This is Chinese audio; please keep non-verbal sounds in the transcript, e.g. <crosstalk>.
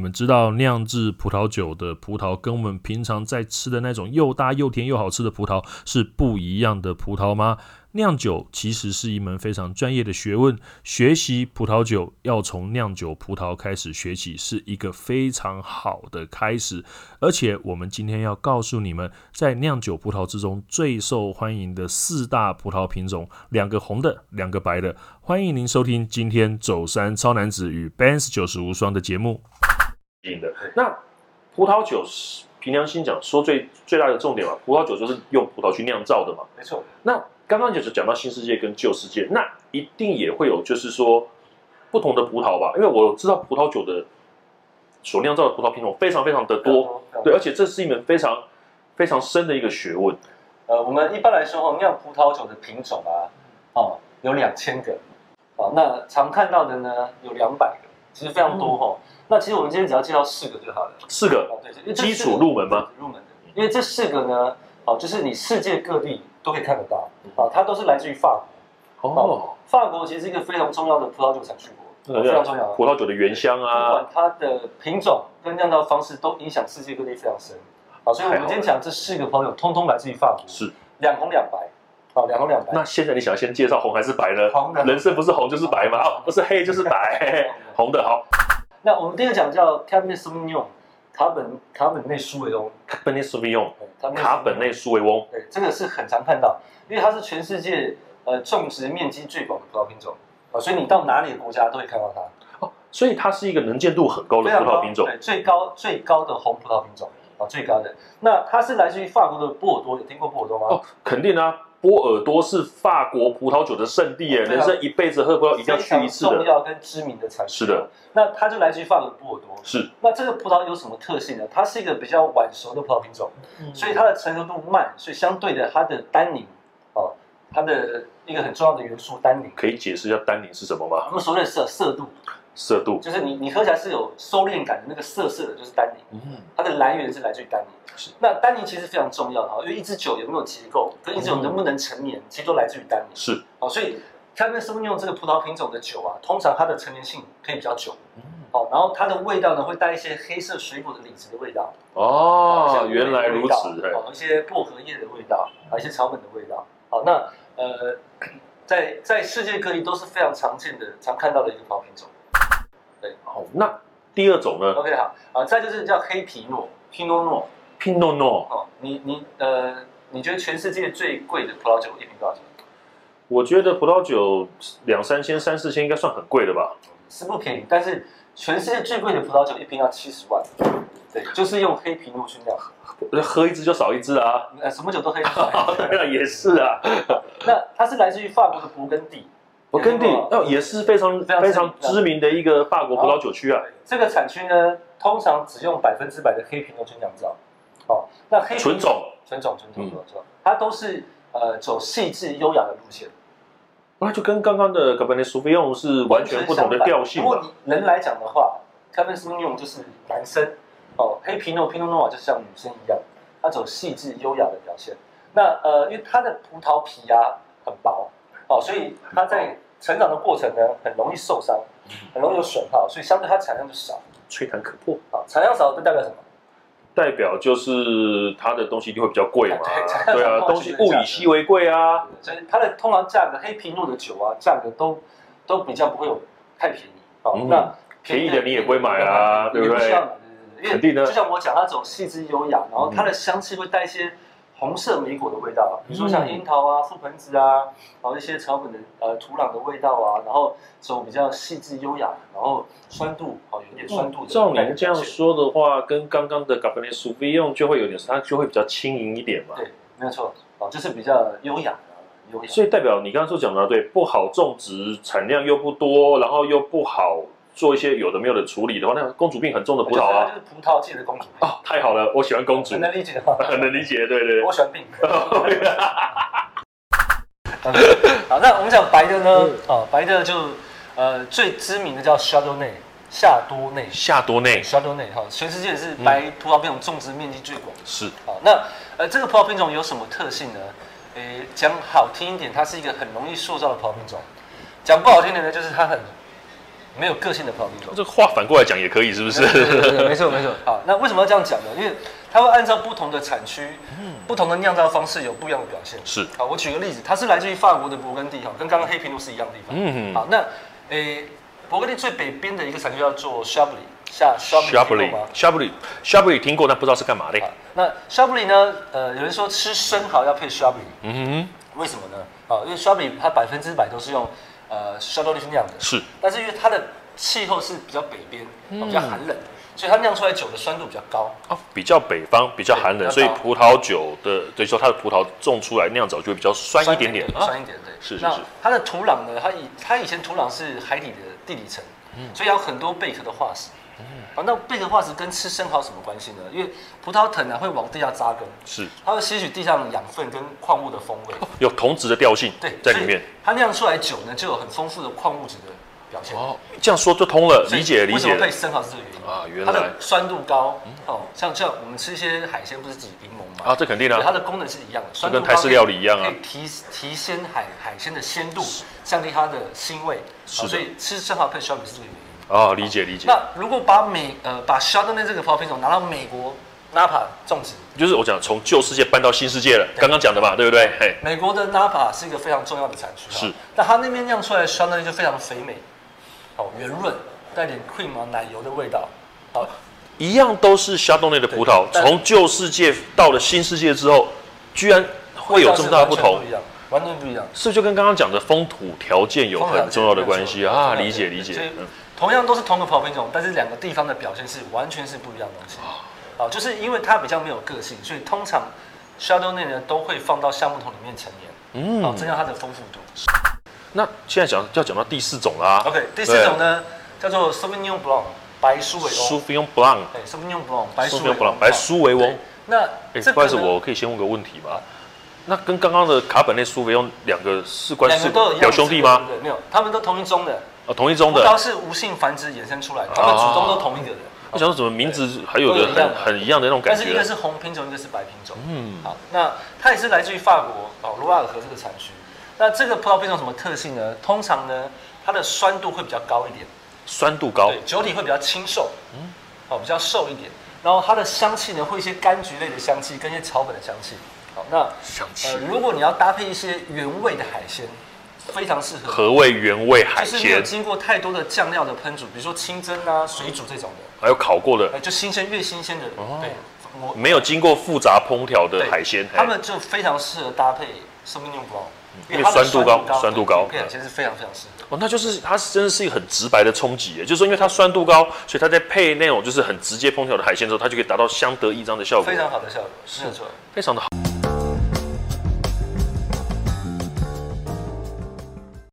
们知道酿制葡萄酒的葡萄跟我们平常在吃的那种又大又甜又好吃的葡萄是不一样的葡萄吗？酿酒其实是一门非常专业的学问，学习葡萄酒要从酿酒葡萄开始学起，是一个非常好的开始。而且我们今天要告诉你们，在酿酒葡萄之中最受欢迎的四大葡萄品种，两个红的，两个白的。欢迎您收听今天走山超男子与 Benz 九十无双的节目。的那葡萄酒是凭良心讲，说最最大的重点嘛，葡萄酒就是用葡萄去酿造的嘛。没错，那刚刚就是讲到新世界跟旧世界，那一定也会有就是说不同的葡萄吧，因为我知道葡萄酒的所酿造的葡萄品种非常非常啊的多，对，而且这是一门非常非常深的一个学问。呃，我们一般来说哦，酿葡萄酒的品种啊，哦，有两千个，哦，那常看到的呢有两百个，其实非常多哦。那其实我们今天只要介绍四个就好了。四个哦，对，因为这嗯基四个础入门吗？入门的，因为这四个呢，哦，就是你世界各地都可以看得到，嗯哦，它都是来自于法国。哦，，法国其实是一个非常重要的葡萄酒产区国，嗯对哦非常重要。葡萄酒的原香不啊管，它的品种跟酿造方式都影响世界各地非常深。好，所以我们今天讲这四个朋友，通通来自于法国，是。两红两白，好，两红两白。那现在你想先介绍红还是白呢？红的人生不是红就是白嘛，哦，不是黑就是 <laughs> 白，红的好。那我们第一个讲叫 Cabernet Sauvignon，卡本卡本内苏维翁，卡本内苏维翁，卡卡本内，苏维翁，对，这个是很常看到，因为它是全世界呃种植面积最广的葡萄品种，啊，所以你到哪里的国家都会看到它。所以它是一个能见度很高的非常葡高萄品种。对，最高最高的红葡萄品种啊，最高的。那它是来自于法国的波尔多，有听过波尔多吗？哦，肯定啊，波尔多是法国葡萄酒的圣地耶，对人啊生一辈子喝葡萄哦一定要非去常一次重的。要跟知名的产是区。的，那它就来自于法国波尔多。是，那这个葡萄有什么特性呢？它是一个比较晚熟的葡萄品种，嗯所以它的成熟度慢，所以相对的它的单宁哦，它的一个很重要的元素单宁，可以解释一下单宁是什么吗？我们所谓的色色度，色度。就是你你喝起来是有收敛感的那个涩涩的，就是单宁。嗯，它的来源是来自于单宁。是那单宁其实非常重要的哈，因为一支酒有没有结构，跟一支酒能不能成年，其实都来自于单宁。是。哦，所以 Cabernet Sauvignon 这个葡萄品种的酒啊，通常它的成年性可以比较久。哦，然后它的味道呢，会带一些黑色水果的李子的味道。哦，像原来如味道此。哎哦，一些薄荷叶的味道，啊，一些草本的味道。好，那呃，在在世界各地都是非常常见的、常看到的一个葡萄品种。哎好，那第二种呢 OK，好，啊，再就是叫黑皮诺 （Pinot Noir）。 ，Pinot Noir，哦，你你呃，你觉得全世界最贵的葡萄酒一瓶多少钱？我觉得葡萄酒两三千、三四千应该算很贵的吧。是不便宜，但是全世界最贵的葡萄酒一瓶要七十万，对，就是用黑皮诺去酿，喝一支就少一支啊。 <laughs> 呃，什么酒都黑出来。哦，对啊，也是啊。那它是来自于法国的勃艮第，勃艮第有听过吗哦，也是非常非常非常知名知名的一个法国葡萄酒区啊。这个产区呢，通常只用百分之百的黑皮诺去酿造。哦，那黑皮纯种，纯种、纯种、嗯纯种，它都是呃走细致优雅的路线，那就跟刚刚的 Cabernet Sauvignon 是完全不同的调性如嘛果。你人来讲的话，Kevin s m i o n 就是男生哦，黑皮诺、皮诺诺瓦就像女生一样，他走细致优雅的表现。那呃，因为它的葡萄皮啊很薄哦，所以它在成长的过程呢很容易受伤，很容易有损耗，所以相对它产量就少吹弹可破，啊、产量少就代表什么？代表就是它的东西一定会比较贵嘛 <laughs> 对产，量对啊，少东 <laughs> 西物以稀为贵啊，所以它的通常价格，黑皮诺的酒啊价格都都比较不会有太便宜哦。嗯那便宜的你也不会买啊对不也对需要买，对对对肯定的嗯因为就像我讲，它这种细致优雅，然后它的香气会带一些红色莓果的味道，比如说像樱桃啊、覆盆子啊，然后一些草本的呃土壤的味道啊，然后这种比较细致优雅，然后酸度哦有点酸度的。照您这样，说的话，跟刚刚的 Cabernet Sauvignon 就会有点，它就会比较轻盈一点嘛。对，没有错哦，就是比较优雅的优雅。所以代表你刚刚所讲的对，不好种植，产量又不多，然后又不好做一些有的没有的处理的话，那公主病很重的葡萄就啊，是葡萄界的公主，啊，太好了，我喜欢公主很，能理解啊 <laughs> 吗？很能理解，对对我喜欢病。 <laughs> 对。好，那我们讲白的呢？哦，白的就呃最知名的叫 Chardonnay，夏多内夏多内 Chardonnay 哈，全世界是白葡萄品种种植面积最广的。是好，那呃这个葡萄品种有什么特性呢？诶，讲好听一点，它是一个很容易塑造的葡萄品种；讲不好听点呢，就是它很没有个性的 Palomino。这话反过来讲也可以，是不是？对对对对没错没错。好，那为什么要这样讲呢？因为它会按照不同的产区、不同的酿造方式有不一样的表现。嗯是好，我举个例子，它是来自于法国的勃艮第哈，跟刚刚黑皮诺是一样的地方。嗯好，那诶，勃艮第最北边的一个产区叫做 Chablis，下 Chablis 夏布听里过吗，？夏布里，夏布里听过，但不知道是干嘛的。啊，那 Chablis 呢？呃，有人说吃生蚝要配 Chablis，嗯为什么呢？啊，因为 Chablis 它百分之百都是用呃 Chardonnay 去酿的哼，。是但是因为它的气候是比较北边，嗯哦比较寒冷，所以它酿出来酒的酸度比较高。哦，比较北方，比较寒冷，对所以比较高葡萄酒的，所以说它的葡萄种出来酿造就会比较酸一点点啊。酸一点对。是是那是它的土壤呢？它以它以前土壤是海底的地理层，嗯所以有很多贝壳的化石。啊，那贝壳化石跟吃生蚝有什么关系呢？因为葡萄藤啊会往地下扎根，是它会吸取地上的养分跟矿物的风味。有同质的调性对，在里面。。它酿出来酒呢，就有很丰富的矿物质的表现。哦，这样说就通了，理解理为什解么。配生蚝是这个原因啊原来嗯它的酸度高哦，像像我们吃一些海鲜不是挤柠檬嘛啊，这肯定对它啊，的功能是一样的，酸跟度泰高式料理一样啊可以提提鲜海海鲜的鲜度，降低它的腥味，是好的所以吃生蚝配 Chardonnay 是这个原因。啊，理解理解。那如果把美呃把 Chardonnay 这个葡萄品种拿到美国 Napa 种植，就是我讲从旧世界搬到新世界了，刚刚讲的嘛，对不对？嘿，美国的 Napa 是一个非常重要的产区，是哦，那它那边酿出来的 Chardonnay 就非常肥美，哦，圆润，带点 cream 啊奶油的味道，好、一样都是夏冬内的葡萄，但从旧世界到了新世界之后，居然会有这么大的不同完全，一样，完全不一样。是不是就跟刚刚讲的风土条件有很重要的关系啊？理解理所以解，嗯，同样都是同个刨品种，但是两个地方的表现是完全是不一样的东西。啊，就是因为它比较没有个性，所以通常 Chardonnay 呢都会放到橡木桶里面陈嗯年，啊，增加它的丰富度。那现在讲要讲到第四种啦 OK，第四种呢叫做 Sauvignon Blanc 白苏维对，Sauvignon 欧，Blanc，对，Sauvignon Blanc 哦白苏维 Sauvignon 欧 Blanc，，白苏维翁对。那哎，这不个好意思，呢我可以先问个问题吗？那跟刚刚的卡本内苏维翁两个是关两是个都有样表子兄弟吗？对不对，没有，他们都同一宗的，啊，同一宗葡萄的。是无性繁殖衍生出来的，啊他们祖宗都同一个人。我想说怎么名字还有都有的一很样的很一样的那种感但是一觉个。是红品种，一个是白品种。嗯嗯，好，那它也是来自于法国哦罗瓦尔河这个产区。那这个葡萄品种有什么特性呢？通常呢，它的酸度会比较高一点，酸度高对，酒体会比较清瘦，嗯，哦，比较瘦一点。然后它的香气呢，会一些柑橘类的香气跟一些草本的香气。好，那香气呃，，如果你要搭配一些原味的海鲜，非常适合。何谓原味海就是没有鲜？经过太多的酱料的烹煮，比如说清蒸啊、水煮这种的，还有烤过的，呃，就新鲜越新鲜的，哦对，我没有经过复杂烹调的对海鲜，哎他们就非常适合搭配生命用包，嗯因为酸度高酸度高配海鲜是非常非常适合。哦，那就是它真的是一个很直白的冲击耶，就是说因为它酸度高，所以它在配那种就是很直接烹调的海鲜之后，它就可以达到相得益彰的效果，非常好的效果，是没有错。非常的好。